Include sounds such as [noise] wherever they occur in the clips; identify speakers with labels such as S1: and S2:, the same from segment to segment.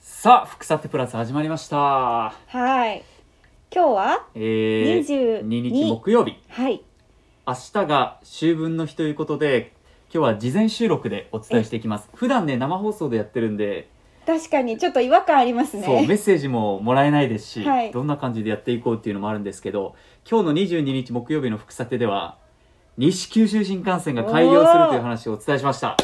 S1: さあ、福さてプラス始まりました。
S2: はい。今日は
S1: えー、2
S2: 22
S1: 日木曜日。
S2: はい。
S1: 明日が秋分の日ということで、今日は事前収録でお伝えしていきます。普段ね、生放送でやってるんで、
S2: 確かにちょっと違和感ありますね。
S1: そう、メッセージももらえないですし、
S2: はい
S1: どんな感じでやっていこうっていうのもあるんですけど、今日の22日木曜日の福さてでは、西九州新幹線が開業するという話をお伝えしました。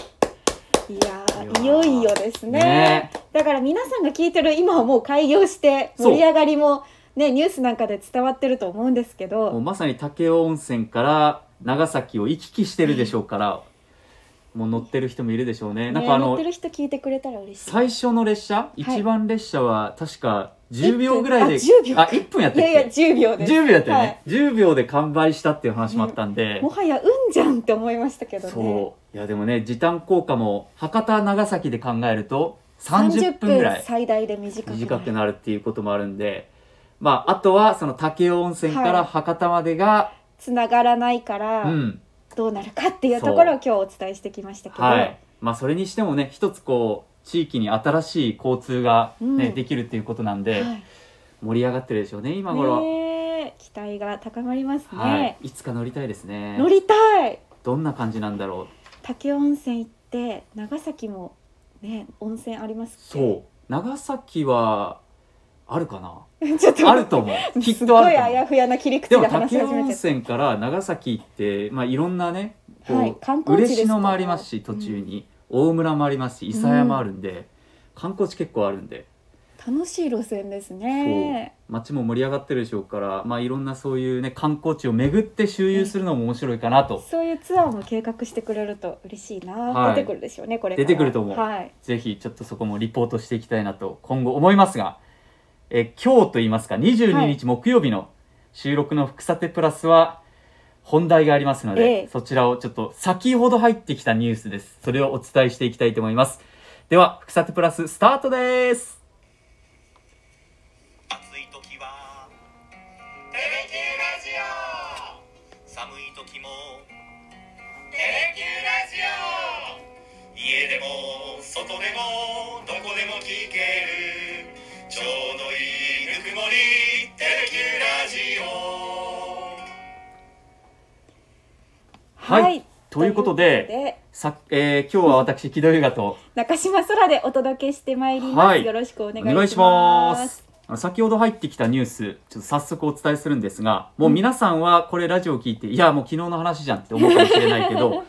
S2: いやー
S1: い
S2: い
S1: やー
S2: よいよですね
S1: ね
S2: だから皆さんが聞いてる今はもう開業して
S1: そう
S2: 盛り上がりもねニュースなんかで伝わってると思うんですけ
S1: もう
S2: ど
S1: まさに武雄温泉から長崎を行き来してるでしょうから、もう乗ってる人もいるでしょうね。
S2: ね
S1: なんかあ
S2: 乗っ
S1: の
S2: て、る人聞いてくれたら嬉しい。
S1: 最初の列車、一番列車は確か10秒ぐらいで、
S2: あ10秒
S1: あ1分やっ
S2: い
S1: て
S2: やいや
S1: て
S2: 10秒です
S1: 10秒やったよ
S2: は
S1: ね、10秒で完売したっていう話もあったんで
S2: い、も、はやうんじゃんって思いましたけどね
S1: そういやでもね時短効果も博多長崎で考えると30
S2: 30
S1: 分
S2: 分
S1: ぐらい
S2: 最大で短くなる
S1: 短くなるっていうこともあるんでまああとはその武雄温泉から博多までが、
S2: 繋がらないから
S1: うん
S2: どうなるかっていうところを今日お伝えしてきましたけど、
S1: はい、まあそれにしてもね一つこう地域に新しい交通が、ね
S2: うん
S1: できるっていうことなんで、
S2: はい
S1: 盛り上がってるでしょうね今頃、
S2: ねえ期待が高まりますね、
S1: はい、いつか乗りたいですね
S2: 乗りたい
S1: どんな感じなんだろう
S2: 武雄温泉行って長崎もね温泉ありますっけ
S1: そう長崎はあるかな
S2: [laughs] ちょっと
S1: あると思うきっ
S2: す
S1: と
S2: ご
S1: あ
S2: い
S1: ると
S2: あ
S1: 思
S2: や
S1: う
S2: ふやな切り口
S1: で
S2: で
S1: も
S2: 話
S1: 武
S2: し
S1: 雄
S2: 始
S1: 温
S2: めちゃっ
S1: 泉から長崎って、まあ、いろんなねこう、
S2: はい観光地です
S1: 嬉
S2: から
S1: 野もありますし途中に、大村もありますし諫早もあるんで、観光地結構あるんで
S2: た楽しい路線です
S1: そう
S2: ね
S1: 街も盛り上がってるでしょうから、まあ、いろんなそういうね観光地を巡って周遊するのも面白いかな
S2: そう
S1: と、
S2: いうツアーも計画してくれると嬉しいな、
S1: はい
S2: 出てくるでしょうねこれから
S1: 出てくると思う
S2: はい、
S1: ぜひちょっとそこもリポートしていきたいなと今後思いますがえ今日といいますか22日木曜日の収録の「福さてプラス」は本題がありますので、
S2: ええ
S1: そちらをちょっと先ほど入ってきたニュースですそれをお伝えしていきたいと思いますでは「福さてプラス」スタートです
S3: 暑い時は「テレキューラジオ」寒い時も「テレキューラジオ」家でも外でもどこでも聞けるちょうどいいぬくもり「テレキューラジオ」
S1: はいということで
S2: ということ
S1: さ、えー今日は私木戸優雅と
S2: 中島空でお届けしてまいります、
S1: はい
S2: よろしくお願いし
S1: お願いし
S2: ま
S1: ますす。あの先ほど入ってきたニュース、ちょっと早速お伝えするんですが、もう皆さんはこれラジオ聞いて、いや、もう昨日の話じゃんって思うかもしれないけ
S2: [laughs]
S1: ど、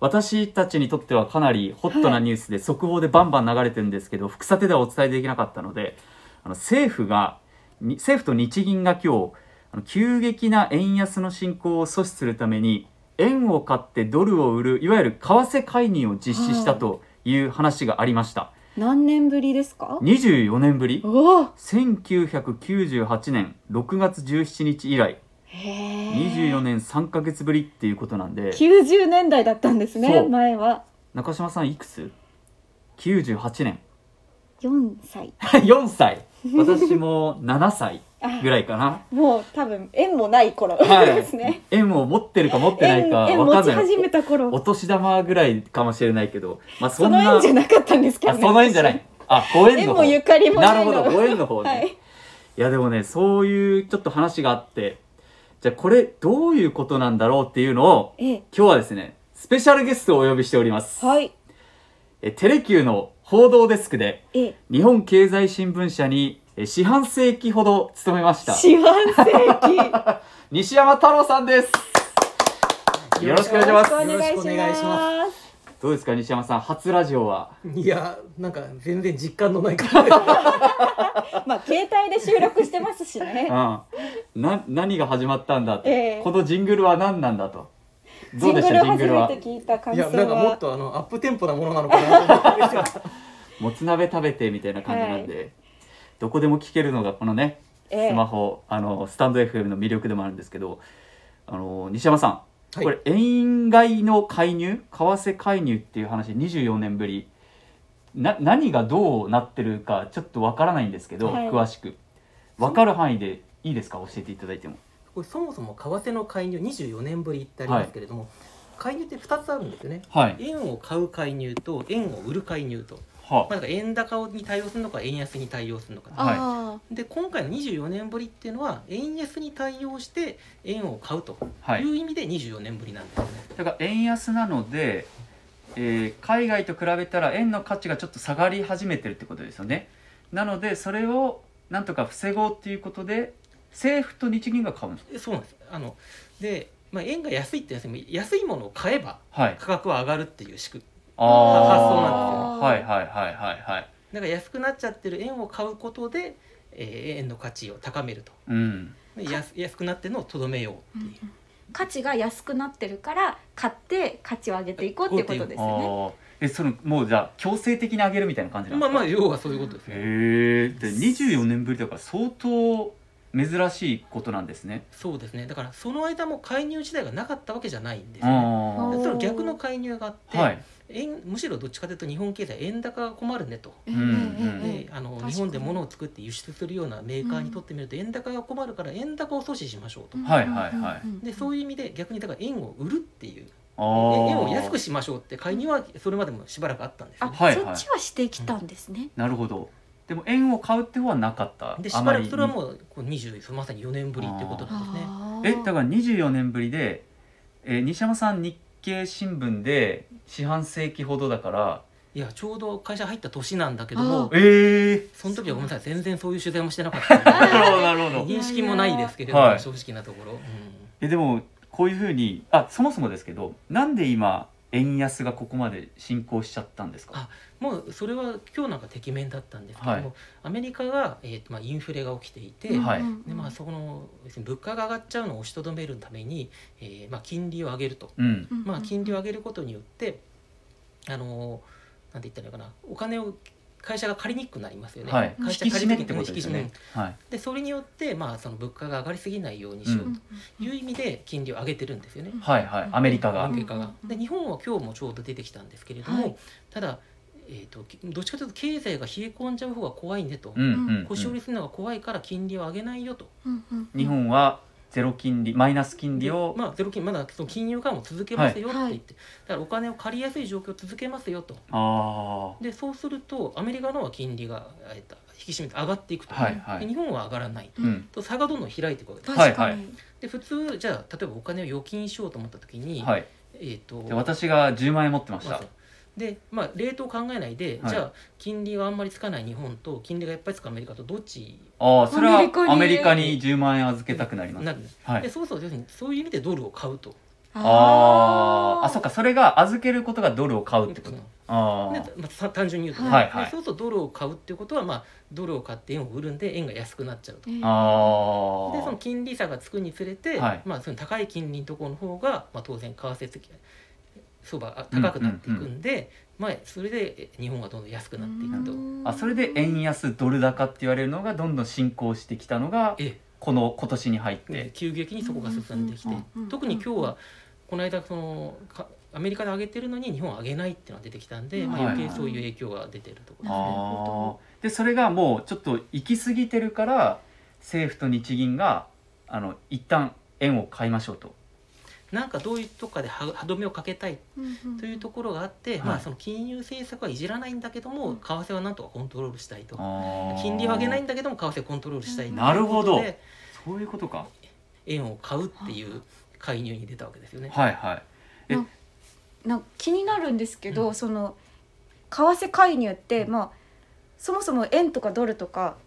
S1: 私たちにとってはかなりホットなニュースで、速報でバンバン流れてるんですけど、副査定ではお伝えできなかったので、あの政府が、に政府と日銀が今日、あの急激な円安の進行を阻止するために、円を買ってドルを売る、いわゆる為替介入を実施したという話がありました。
S2: 何年ぶりですか
S1: 24年ぶり
S2: おお
S1: 1998年6月17日以来24
S2: 24
S1: 年3ヶ月ぶりっていうことなんで
S2: 90年代だったんです
S1: そ
S2: ね
S1: う
S2: 前は
S1: 中島さんいくつ ?98 年 [laughs]
S2: 4歳
S1: 4歳私も7歳
S2: あ
S1: ぐらいかな
S2: もう多分縁もない頃
S1: はい
S2: ですね、
S1: 円を持ってるか持ってない
S2: 縁
S1: か
S2: 縁
S1: わか
S2: 持
S1: ん
S2: ち
S1: ない
S2: 始めた
S1: おお
S2: 頃
S1: 年玉ぐらいかもしれないけどまあそ
S2: そ
S1: ん
S2: の
S1: な
S2: 縁じゃなかったんですけど
S1: あその縁じゃないあご縁
S2: 縁
S1: の
S2: も
S1: 方
S2: ゆかりも
S1: な
S2: な
S1: る
S2: い
S1: ほ
S2: の
S1: どご縁の方ね、
S2: はい
S1: いやでもね、そういうちょっと話があって、じゃあこれどういうことなんだろうっていうのを、
S2: ええ
S1: 今日はですね、スペシャルゲストをお呼びしております。
S2: はい
S1: えテレ Q の報道デスクで、
S2: ええ
S1: 日本経済新聞社にえ四半世紀ほど勤めました、
S2: 四半世
S1: 西山太郎さんです。 [laughs] よろしくお
S2: 紀
S1: 願いします。
S2: よろしくお
S4: よろしくお願
S2: 願い
S4: い
S2: し
S4: し
S2: ます
S1: どうですか、西山さん、初ラジオは。
S4: いやなんか全然実感のない感じ
S2: まあ携帯で収録してます
S1: [laughs]
S2: し
S1: うん。
S2: ね
S1: な、何が始まったんだと、
S2: ええ
S1: このジングルは何なんだと。
S2: ジ
S1: どう
S2: ング
S1: で
S2: ル
S1: した、ジン
S2: 初
S1: グルは。
S2: めて聞いた感
S4: い
S2: 想
S4: や
S2: は
S4: なんかもっとあのアップテンポなものなのかなと思って
S1: もつ鍋食べてみたいな感じなんで、どこでも聞けるのがこのね
S2: ええ
S1: スマホ、あのスタンド FM の魅力でもあるんですけどあの西山さん、
S4: はい
S1: これ円買いの介入為替介入っていう話24年ぶりな何がどうなってるかちょっとわからないんですけど、
S2: はい
S1: 詳しくわかる範囲でいいですか教えていただいても
S4: これそもそも為替の介入24年ぶりってありますけれども、介入って2つあるんですよね
S1: はい
S4: 円を買う介入と円を売る介入と
S1: は
S4: まあ、だから円高に対応するのか円安に対応するのか
S1: あはい
S5: あ
S4: で今回の24年ぶりっていうのは円安に対応して円を買うと
S1: はい
S4: いう意味で24年ぶりなんですね、
S1: だから円安なので、えー海外と比べたら円の価値がちょっと下がり始めてるってことですよねなのでそれをなんとか防ごうっていうことで政府と日銀が買うんです
S4: えそうなんですあので、まあ、円が安いってですね安いものを買えば
S1: はい
S4: 価格は上がるっていう仕組み
S1: あー
S5: 発想なん
S1: は
S5: で
S1: い
S5: す
S1: はいはいはいはい
S4: だから安くなっちゃってる円を買うことで、えー円の価値を高めると
S1: うん
S4: で安安くなってるのをとどめようっていう
S5: 価値が安くなってるから買って価値を上げていこうっていうことです
S1: あ
S5: よね。
S1: ーえそのもうじゃあ強制的に上げるみたいな感じなんで
S4: ますあ
S1: か、
S4: まあ要はそういうことですね
S1: へえで24年ぶりだから相当珍しいことなんですね
S4: そうですねだからその間も介入自体がなかったわけじゃないんですね
S1: あ
S4: その逆の介入があって、
S1: あはい
S4: 円むしろどっちかというと日本経済円高が困るねと、
S5: ええ
S1: うんうん
S5: ええ
S4: であの
S5: 確かに
S4: 日本で物を作って輸出するようなメーカーにとってみると円高が困るから円高を阻止しましょうと、
S1: はいはいはい
S5: うんうんうん
S4: でそういう意味で逆にだから円を売るっていう
S1: あ
S4: え
S1: ー
S4: 円を安くしましょうって介入はそれまでもしばらくあったんですよ
S5: あ、
S4: ね、
S1: はい
S5: そ
S1: はい
S5: っちはしてきたんですね。
S1: なるほどでも円を買うって方はなかった
S4: でし
S1: あ
S4: ば
S1: ま
S4: ら
S1: り
S4: くそれはもうこう20そのまさに4年ぶりってことなんですね
S5: あー
S1: えだから24年ぶりで、えー西山さん日経新聞で四半世紀ほどだから
S4: いやちょうど会社入った年なんだけども
S5: あ [laughs]
S1: ええ
S4: その時はごめんなさい全然そういう取材もしてなかったんで
S1: なるほどなるほ
S5: [laughs]
S1: ど
S4: 認識もないですけれども、
S1: はい
S4: 正直なところ、うん
S1: えでもこういうふうにあそもそもですけどなんで今円安がここまで進行しちゃったんですか
S4: あもうそれは今日なんかてきめんだったんですけども、
S1: はい
S4: アメリカが、えーとまあ、インフレが起きていて、
S1: はい
S5: うんうん
S4: でまあ、そこの別に物価が上がっちゃうのを押しとどめるために、えーまあ、金利を上げると、
S1: うん
S5: うんうん
S4: まあ、金利を上げることによってあのーなんて言ったらいいのかなお金を会社が借りにくくなりますよね、
S1: はい
S4: 会社
S1: 引き締めって
S4: 借
S1: こ
S4: りにく
S1: と
S4: く
S1: ですよ
S4: なる
S1: ねはい
S4: でそれによって、まあ、その物価が上がりすぎないようにしよ
S5: うん
S4: うという意味で金利を上げてるんですよね。
S1: はいはいアメリカ
S4: ア
S1: が
S4: メリカ
S5: う
S4: が
S5: ん。うん
S4: で日本は今日もちょうど出てきたんですけれども、
S5: はい
S4: ただ、えー、ときどっちかというと経済が冷え込んじゃう方が怖いねと、
S1: うんうんうん
S4: 腰折りするのが怖いから金利を上げないよと
S5: うんうんうん
S1: 日本はゼロ金利マイナス金利
S4: で
S1: を
S4: まあ、ゼロ金まだその金融緩和を続けますよって言って、
S5: は
S4: だ
S5: い
S4: からお金を借りやすい状況を続けますよと
S1: あ
S4: でそうするとアメリカの方は金利が、えーと引き締めて上がっていくと、
S1: はいはい
S4: で日本は上がらないと。
S1: あうん
S4: と差がどんどん開いていくわけです
S5: 確か
S1: はいは
S5: に。
S4: で普通じゃあ例えばお金を預金しようと思った時に、
S1: はい
S4: えー、と
S1: で私が10万円持ってまし
S4: ま
S1: た
S4: ずで、まあ、レートを考えないで、
S1: はい
S4: じゃあ金利があんまりつかない日本と金利がいっぱいつくアメリカとどっち
S1: ああそれは
S5: アメリカに
S1: アメリカに10万円預けたくなります
S4: なる
S1: は
S4: で
S1: い
S4: そうそう要するにそういう意味でドルを買うと
S1: あーあそっ
S5: か。
S1: かそれが預けることがドルを買うってこと
S4: で
S1: あ
S4: ま
S1: あ
S4: あさ単純に言うとね、
S1: はいはい
S4: でそうするとドルを買うっていうことは、まあ、ドルを買って円を売るんで円が安くなっちゃうと。
S5: え
S1: あ
S4: で
S5: え
S4: その
S1: ー
S4: 金利差がつくにつれて、
S1: はい
S4: まあ、その高い金利のところの方が、まあ、当然為替的相場が高くなっていくんで、まあ、それでえ日本がどんどん安くなっていくと。
S5: うん
S1: あそれで円安ドル高って言われるのがどんどん進行してきたのが
S4: ええ
S1: この今年に入って
S4: 急激にそこが進んできて、
S1: うん
S5: うん
S4: 特に今日はこの間そのかアメリカで上げてるのに日本は上げないっていうのが出てきたんで、まあ、
S1: はい
S4: 余計そういう影響が出てるところ
S5: なる
S4: で
S1: あ
S5: ほ
S1: ーでそれがもうちょっと行き過ぎてるから政府と日銀があの一旦円を買いましょうと
S4: す、なんかどういうとこかで歯歯止めをかけたい
S5: うんうん
S4: というところがあっ
S1: は
S4: て、
S1: い
S4: まあ、その金融政策はいじらないんだけども、
S5: うん
S4: 為替はなんとかコントロールしたいと
S1: あー
S4: 金利は上げないんだけども為替コントロールしたいという
S1: なるほど
S4: ことで
S1: そういうことか
S4: 円を買うっていう介入に出たわけですよね。
S1: はいはい
S5: なんか気になるんですけど、
S4: うん
S5: その為替介入って、まあ、そもそも円とかドルとか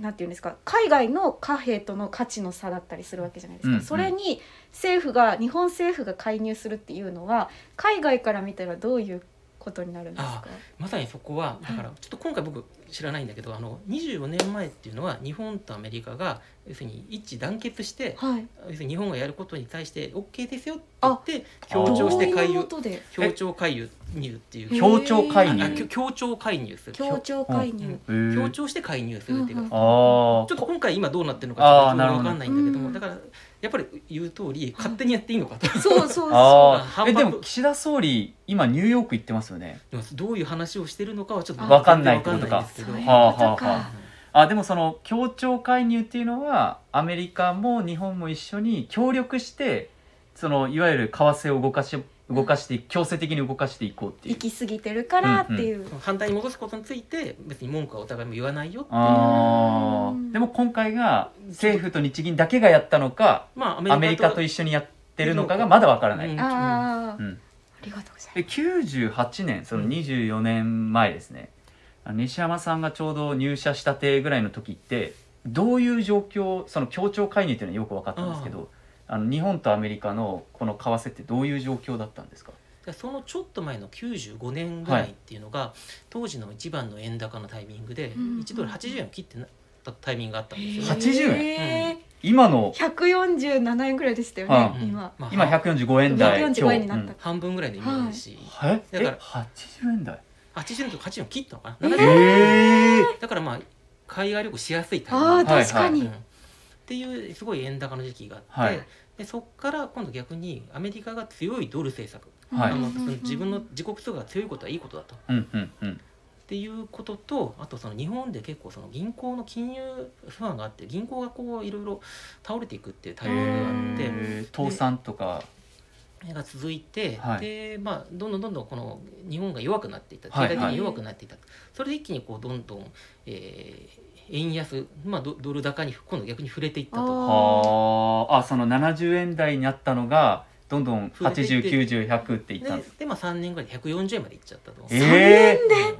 S5: なんていうんですか海外の貨幣との価値の差だったりするわけじゃないですか、
S1: うんうん
S5: それに政府が日本政府が介入するっていうのは海外から見たらどういうことになるんですか
S4: まさにそこはだからちょっと今回僕知らないんだけどあの24年前っていうのは日本とアメリカが要するに一致団結して
S5: はい
S4: 要するに日本がやることに対して OK ですよって言って
S1: あ
S4: 協調して介
S5: 同
S4: 入
S5: 意のもとで
S4: 協調介入っていう
S1: え
S4: 協
S1: 協調介
S4: あ
S1: 入
S4: あ協協調介入する
S5: 協調介入、
S4: うん
S1: へー
S4: 協調して介入するっていうか
S5: うんうん
S4: ち
S1: あ
S4: ょ
S1: ー
S4: っと今回今どうなってるのか
S1: あー
S4: ちょっと分かんないんだけども
S5: な
S4: だ
S5: るほ
S4: からやっぱり言う通り勝手にやっていいのかと
S5: そうそうそ
S1: あ
S4: そう
S5: う
S1: あ
S4: だ
S1: え
S4: 反
S1: で
S4: 発
S1: も岸田総理今ニューヨーク行ってますよね
S4: でもどういう話をしてるのかはちょっと
S5: わ
S1: かんないって
S4: 全
S1: こ
S4: 然
S1: と
S4: わかんない
S1: か
S4: ですけ
S5: そう
S4: ど。
S5: いう
S1: はあ
S5: こ
S1: はあ
S5: とか、
S1: はああでもその協調介入っていうのはアメリカも日本も一緒に協力してそのいわゆる為替を動かし動かして強制的に動かしていこうっていう
S5: 行き過ぎてるからっていう、
S4: その反対に戻すことについて別に文句はお互いも言わないよって
S1: あーでも今回が政府と日銀だけがやったのか
S4: まあ
S1: アメリカと一緒にやってるのかがまだわからない、
S4: うん
S5: ああ、
S1: うん
S5: ありがとうござい
S1: で98年その24年前ですね、あの西山さんがちょうど入社したてぐらいの時ってどういう状況その協調介入というのはよく分かったんですけどあの日本とアメリカのこの為替ってどういう状況だったんですか
S4: でそのちょっと前の95年ぐらいっていうのが、当時の一番の円高のタイミングで
S5: うんうんうん
S4: 1ドル80円を切ってなたタイミングがあったんですよ
S5: ま
S4: ね
S5: す。
S1: は。80円
S5: へー
S1: 今の
S5: 147円ぐらいでしたよね、
S1: は
S4: うん
S5: 今、
S4: まあ
S1: 今145円台
S5: 145円になった
S1: うん
S4: 半分ぐらいで見えるし、
S1: はえ
S4: だから
S1: え80円台
S4: 80円とか80円を切ったのか
S1: え
S4: な、70
S1: え
S4: だからまあ海外旅行しやすいタイミング
S5: ああ
S1: はい
S5: 確かに、
S4: うんっていうすごい円高の時期があって、
S1: はい
S4: でそこから今度逆にアメリカが強いドル政策、
S1: はい
S4: あの
S5: うん
S4: その自分の自国通貨が強いことはいいことだと。
S1: うんうんうん
S4: っていうこととあとその日本で結構その銀行の金融不安があって銀行がこういろいろ倒れていくっていうタイミングがあって
S5: へ
S1: えー倒産とか
S4: それが続いて、
S1: はい
S4: でまあどんどんどんどんこの日本が弱くなっていった
S1: はい
S4: 経済的に弱くなっていった、それで一気にこうどんどん、えー円安、まあ、ドドル高に今度逆に触れていったと。
S1: はああその70円台になったのがどんどん
S4: 増えていって
S1: 8090100っていったん
S4: で
S1: です
S4: で、まあ、3年ぐらいで140円までいっちゃったと。
S1: ええ
S5: 3年で
S4: うん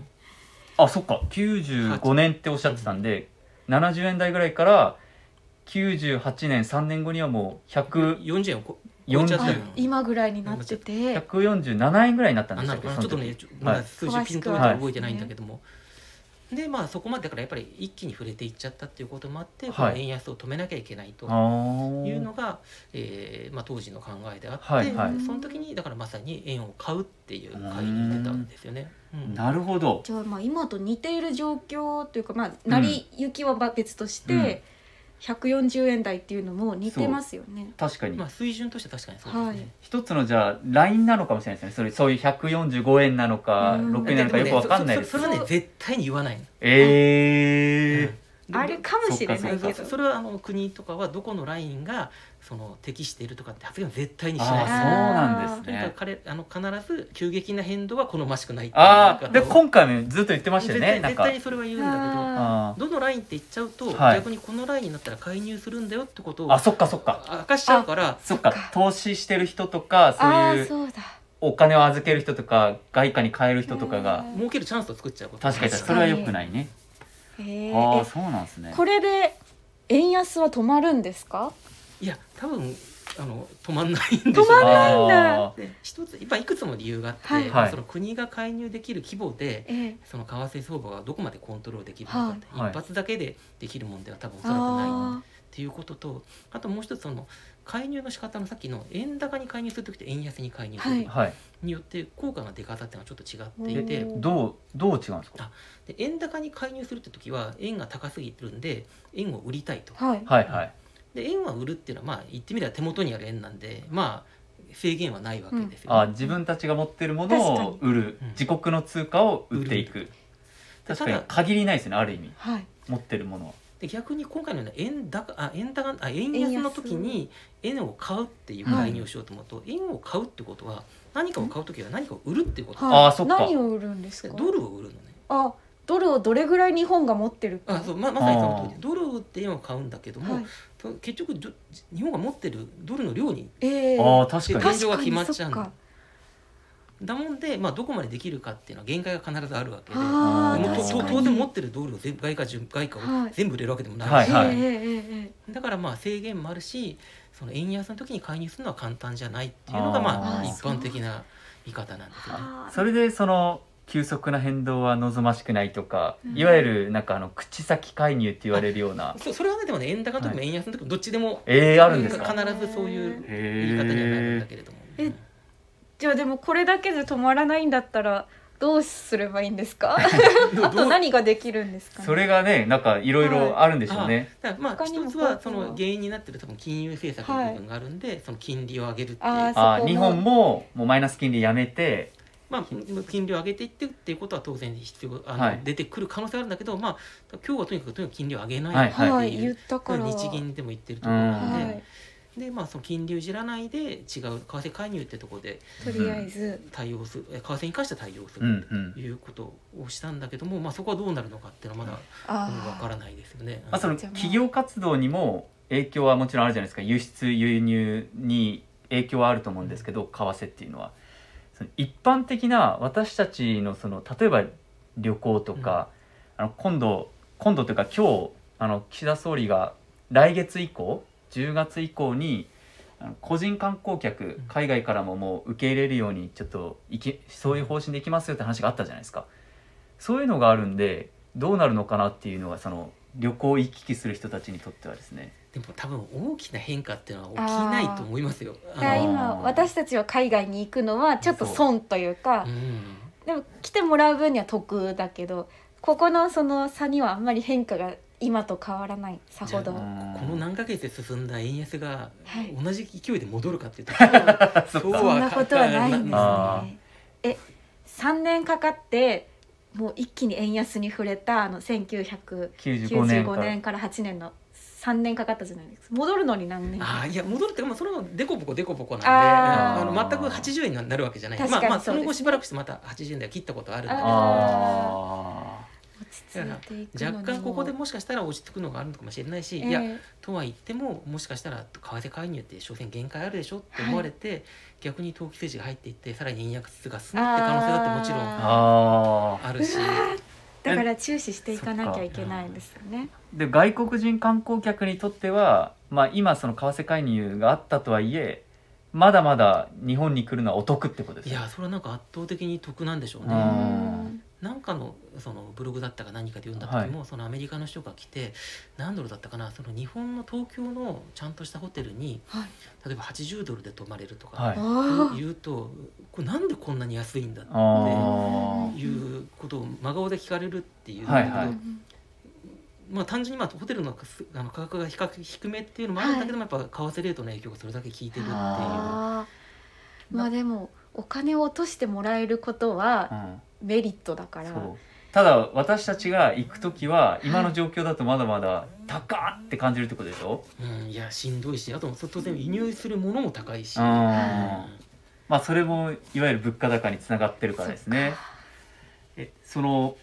S1: あそっか95年っておっしゃってたんで70円台ぐらいから98年3年後にはもう100
S4: 40円をこ超えちゃった
S5: あ
S4: よ
S5: 今ぐらいになってて
S1: 147円ぐらいになったん
S4: あ
S1: でし
S4: な
S1: たっ
S4: るか
S1: け
S4: な
S1: そ
S4: ちょ
S1: の
S4: っと
S1: 時
S4: ねちょま
S1: は
S4: だ
S1: い
S4: 数字ピンと
S1: 詳しくは
S4: 覚えてないんだけども、でまあそこまでだからやっぱり一気に触れていっちゃったっていうこともあって、
S1: はい
S4: この円安を止めなきゃいけないと
S1: あー
S4: いうのが、えーまあ、当時の考えであって、
S1: はいはい
S4: その時にだからまさに円を買うっていう買いに出たんですよね。うん
S1: なるほど
S5: じゃあまあ今と似ている状況というかまあ成り行きは別として、
S1: うん
S5: 140円台っていうのも似てますよね。
S1: 確かに
S4: まあ、水準としては確かにそうですね。
S1: 一つのじゃあラインなのかもしれないですねそれそういう145円なのか
S5: うん
S1: 6円なのかよくわかんないです
S4: そ
S1: け
S4: そ
S1: ど
S4: それはね絶対に言わないの。
S1: ええ
S4: うん
S5: あるかもしれない
S4: そ
S5: け
S4: う
S5: ど
S4: そそれはあの国とかはどこのラインがその適しているとかって発言は絶対にし
S1: あ
S4: ない
S1: あ
S4: です
S1: そうなんで
S4: ねと
S1: す
S4: にかく
S1: ね
S4: 彼あの必ず急激な変動は好ましくないっていう
S1: ああ
S4: 言い
S1: で
S4: 方を
S1: 今回もずっと言ってましたよね
S4: 絶対
S1: なん
S4: 絶
S1: か
S4: 対にそれは言うんだ
S1: あ
S4: けどどのラインって言っちゃうと、
S1: はい
S4: 逆にこのラインになったら介入するんだよってこと
S1: ー
S4: を
S1: あそっかそっか
S4: 明かしちゃうから
S1: そっか投資してる人とかそう
S5: あ
S1: い
S5: あ
S1: う
S5: そうだ。
S1: お金を預ける人とか外貨に変える人とかが
S5: うん
S4: 儲けるチャンスを作っちゃうこと
S1: 確かに
S5: 確
S1: それは良くないね
S5: へ
S1: あ
S5: ー
S1: あそうなんですね
S5: えこれで円安は止まるんですか？
S4: いや多分あの止まんないんでし
S5: 止ま
S4: ょ
S5: ん
S4: う
S5: ない
S4: ね
S5: んだ
S1: あー
S4: で一つ今いくつも理由があって、
S5: はい
S1: はい
S4: その国が介入できる規模で
S5: ええ
S4: その為替相場がどこまでコントロールできるのかって、
S1: はい
S4: 一発だけでできるもんでは多分おそらくない
S5: あ
S4: っていうこととあともう一つその介入の仕方のさっきの円高に介入する時と円安に介入する時
S1: はい
S4: によって効果の出方っていうのはちょっと違っていて、
S5: おー
S1: どうどう違うんですか
S4: で円高に介入するって時は円が高すぎるんで円を売りたいと
S5: あはい。
S1: はいはい
S4: で円は売るっていうのはまあ言ってみれば手元にある円なんでまあ制限はないわけですよ、
S1: あー自分たちが持ってるものを売る
S4: うん
S1: 自国の通貨を売ってい
S4: 売
S1: く
S4: ただ
S1: 確かに限りないですねある意味
S5: はい。
S1: 持ってるものは
S4: で逆に今回のような円高あ円高あ円安の時に円を買うっていう介入をしようと思うと、円を買うってことは何かを買う時は何かを売るってこと、
S5: はい、
S1: あーそっか
S5: 何を売るんですか？
S4: ドルを売るのね
S5: あドルをどれぐらい日本が持ってるか。
S4: あそうままさにその通りドルを売って円を買うんだけども、
S5: はい。
S4: と結局ど日本が持ってるドルの量に
S5: ええ
S1: あー確かに
S5: 確
S4: 現状
S5: か
S4: が
S5: に
S4: 決まっちゃう
S5: そ
S4: の
S5: っか
S4: だもんで、まあ、どこまでできるかっていうのは限界が必ずあるわけで
S5: あ
S1: ー
S4: もうと
S1: 確かに
S4: 当然持ってるドルを全部外貨準外貨を
S5: はい
S4: 全部売れるわけでもないし、
S1: はいはい
S5: ええええええ
S4: だからまあ制限もあるしその円安の時に介入するのは簡単じゃないっていうのがま
S5: あ
S4: あ
S5: ー
S4: 一般的な見方なんですよね。
S5: はあ
S1: それでその急速な変動は望ましくないとか、
S5: うん
S1: いわゆるなんかあの口先介入って言われるような
S4: そそれはねでもね円高の時も円安の時もどっちでも
S1: えー、あるんですか
S5: うん
S4: 必ずそういう言い方にはなるんだ
S1: へえ
S4: けれども。
S5: えじゃあでもこれだけで止まらないんだったらどうすればいいんですか
S4: ど [laughs]
S5: あ
S4: ど
S5: と
S4: う
S5: 何ができるんですかね、
S1: それがねなんかいろいろあるんでしょうね、
S4: だからまあ
S5: 他にも
S4: 一つは
S5: 方
S4: そ
S5: 法は
S4: の原因になってる多分金融政策の部分があるんで、その金利を上げるっていう
S5: あー
S1: あ
S5: そ
S1: ー
S5: こも
S1: 日本ももうマイナス金利やめて
S4: まあ金利を上げていってっていうことは当然必要あの、
S1: はい
S4: 出てくる可能性あるんだけどまあ今日はとにかくとにかく金利を上げない
S1: はい
S4: っていう、
S5: はい、言ったから
S4: 日銀でも言ってると
S1: う
S4: 思うの
S1: ん
S4: で、
S5: はい
S4: でまあその金利をいじらないで違う為替介入ってところで
S5: とりあえず、
S4: 対応するえ為替に関して対応す
S1: う
S4: る
S1: んうん
S4: ということをしたんだけども、まあ、そこはどうなるのかっていうのはまだわか
S5: あ
S4: らないですよね。
S1: まあ、その
S5: じゃあまあ
S1: 企業活動にも影響はもちろんあるじゃないですか輸出輸入に影響はあると思うんですけど為替っていうのはその一般的な私たちのその例えば旅行とか、あの今度今度というか今日あの岸田総理が来月以降10月以降にあの個人観光客
S4: ん
S1: 海外からももう受け入れるようにちょっといきそういう方針でいきますよって話があったじゃないですかそういうのがあるんでどうなるのかなっていうのがその旅行行き来する人たちにとってはですね
S4: でも多分大きな変化っていうのは起きないと思いますよ。
S5: だから
S4: あの
S5: 今
S1: あー
S5: 私たちは海外に行くのはちょっと損というか
S4: うん
S5: でも来てもらう分には得だけどここのその差にはあんまり変化が今と変わらないさほど
S4: じゃこ
S1: こ
S4: の何ヶ月で進んだ円安が
S5: はい
S4: 同じ勢いで戻るかっていうと、は
S1: [laughs] そっか
S5: そんなことはないんです
S1: あ
S5: ねえ3年かかってもう一気に円安に触れたあの1995
S1: 95年から
S5: 年から8年の3年かかったじゃないですか戻るのに何年
S4: ああいや戻るっていうかまあそれもデコボコデコボコなんで
S5: あ
S4: あ
S1: ー
S4: の全く80円になるわけじゃない
S5: 確
S4: ま
S5: か
S4: あ
S5: に
S4: まあ
S5: そ
S4: そう
S5: です
S4: の後しばらくしてまた80円台を切ったことあるんで
S5: あ
S1: あ
S5: 落ち着いていくのに
S4: 若
S5: も
S4: 干ここでもしかしたら落ち着くのがあるのかもしれないし、
S5: ええ
S4: いやとは言ってももしかしたら為替介入って所詮限界あるでしょって思われて、逆に投機政治が入っていってさらに円安が進むって可能性だってもちろん
S1: ーあー
S4: あるし
S5: うわだから注視していかなきゃいけないんですよね。
S1: で外国人観光客にとっては、まあ、今その為替介入があったとはいえまだまだ日本に来るのはお得ってことです
S4: い
S1: よ
S4: やそれはなんか圧倒的に得なんでしょう
S1: う
S4: ね。
S1: ん
S4: なんかのそのブログだったか何かで読んだ時も、そのアメリカの人が来て何ドルだったかなその日本の東京のちゃんとしたホテルに、
S5: はい
S4: 例えば80ドルで泊まれるとか、
S1: はい
S5: あ
S4: 言うとこれなんでこんなに安いんだっ
S1: あー
S4: ていうことを真顔で聞かれるっていう、
S1: はい
S5: あ
S1: はい
S4: まあ、単純にまあホテルのすあの価格が比較低めっていうのもあるんだけども、やっぱ為替レートの影響がそれだけ効いてるっていう。
S1: あ
S5: あーまあでもお金を落としてもらえること
S1: う
S5: は
S1: ん
S5: メリットだから、
S1: そうただ私たちが行く時は今の状況だとまだまだ高っって感じるってことでしょ、
S4: うん、いやしんどいしあとそ当然輸入するものも高いし、
S1: うん
S4: うん
S1: まあそれもいわゆる物価高につながってるからですね。えその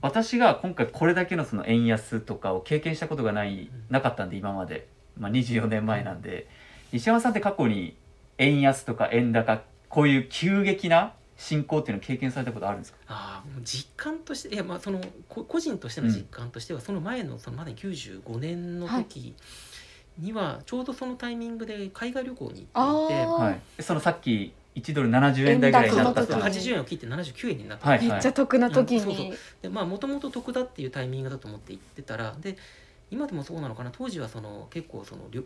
S1: 私が今回これだけのその円安とかを経験したことがないなかったんで今まで、まあ、24年前なんで西山さんって過去に円安とか円高こういう急激な進行っていうのを経験されたことあるんですか
S4: ああもう実感としていやまあそのこ個人としての実感としては、その前のそのまだ95年の時にはちょうどそのタイミングで海外旅行に行っていて
S5: あー
S1: はい、そのさっき1ドル70円台ぐらいに
S4: そ
S1: な
S4: うそ
S1: っ
S4: う
S1: たっ
S4: そう
S1: て
S5: その時
S1: 話
S4: 80円を切って79円になった、
S1: はい
S5: めっちゃ得な時に、
S4: うんそうそうでまあもともと得だっていうタイミングだと思って行ってたらで今でもそうなのかな当時はその結構その両,、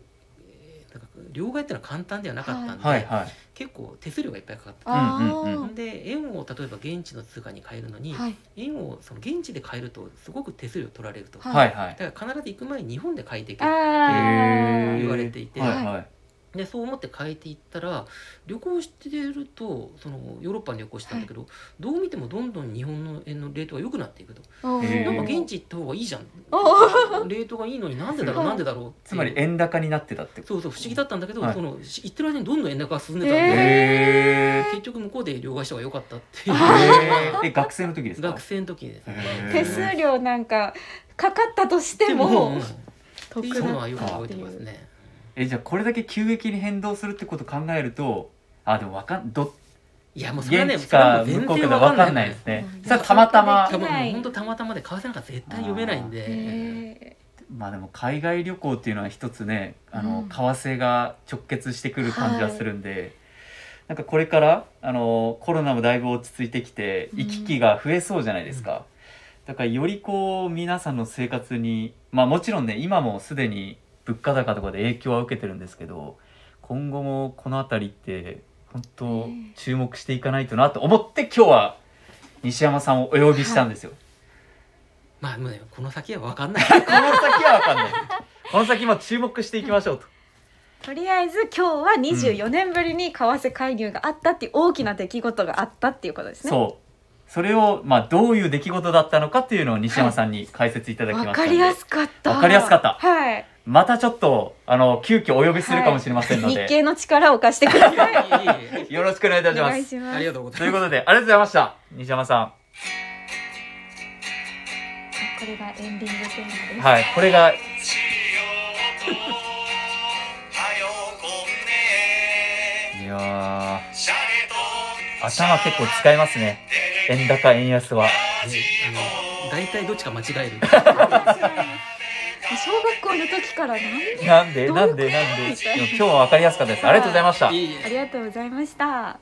S4: えーなんか両替っていうのは簡単ではなかったんで、
S1: はいはい
S4: 結構手数料がいっぱいかかって
S5: あー
S1: うんうんう
S4: で円を例えば現地の通貨に変えるのに、
S5: はい
S4: 円をその現地で変えるとすごく手数料取られると、
S5: はい
S1: はいはい
S4: だから必ず行く前に日本で変えていけ
S5: あ
S4: 言
S5: ー
S4: われていて
S1: はいはい
S4: でそう思って変えていったら旅行してるとそのヨーロッパに旅行してたんだけど、どう見てもどんどん日本の円のレートが良くなっていくと、
S5: おー
S1: へー
S4: なんか現地行った方がいいじゃん
S5: お
S4: レートがいいのになんでだろ
S5: は
S4: う
S5: い
S4: なんでだろうって
S1: つまり円高になってたってこと
S4: そうそう不思議だったんだけど、
S1: はい
S4: そのし行ってる間にどんどん円高が進んでたん
S5: へ
S4: で、
S1: へ
S4: 結局向こうで両替した方が良かったっていう
S1: ええ学生の時ですか
S4: 学生の時ですね。
S1: へー
S5: 手数料なんかかかったとしても
S4: うんって
S5: 得
S4: いうの
S5: だ
S4: はよく
S5: った
S4: 覚
S5: っ
S4: え
S5: て
S4: て
S5: い
S4: ます
S5: う。
S4: ね。
S1: えじゃあこれだけ急激に変動するってことを考えるとあでもわかんど
S4: いやもうそれはね、
S1: 現地
S4: それ
S1: か
S4: はもう
S1: 向
S4: 全
S1: こうか
S4: 然
S1: が
S4: わ
S1: わ
S4: か
S1: か
S4: ん
S1: ん
S4: な
S1: ないい
S4: で
S1: ですす
S4: ね。
S1: ねさたまたま
S5: わかんない
S4: 本当たまたまで為替なんか絶対読めないんで、
S5: え
S1: まあでも海外旅行っていうのは一つねあの、
S5: うん
S1: 為替が直結してくる感じはするんで、なんかこれからあのコロナもだいぶ落ち着いてきて
S5: うん
S1: 行き来が増えそうじゃないですか、だからよりこう皆さんの生活にまあもちろんね今もすでに物価高とかで影響は受けてるんですけど今後もこの辺りって本当
S5: ねえ
S1: 注目していかないとなと思って今日は西山さんをお呼びしたんですよ。
S4: まあもうねこの先はわかんない
S1: この先は分かんないこの先も注目していきましょうと。
S5: ーとりあえず今日は24年ぶりに為替介入があったっていう大きな出来事があったっていうことですね。
S1: そうそれを、まあ、どういう出来事だったのかっていうのを西山さんに解説いただきました
S5: わ
S1: ので、
S5: かりやすかった
S1: わかりやすかった
S5: はい
S1: またちょっとあの急遽お呼びするかもしれませんので、
S5: 日経の力を貸してください
S4: いえいえ
S1: よろしくお願いいた
S5: お
S1: しま
S5: 願
S1: す
S5: いし [laughs]
S4: あ
S5: ま
S4: り
S5: す
S4: がとうござい
S1: と
S4: ま
S1: いう
S4: す
S1: ことでありがとうございました西山さ
S5: これがエンディングテーマで
S1: ん
S5: す
S1: はいこれが
S3: しようとはよこんね
S1: いや
S3: シャレと
S1: ー頭結構使いますね円高円安は
S4: ねあの大体どっちか間違える
S5: 小学校の時から何
S1: なんでなんでなんででも今日はわかりやすかったですありがとうございました
S4: いえいえ
S5: ありがとうございました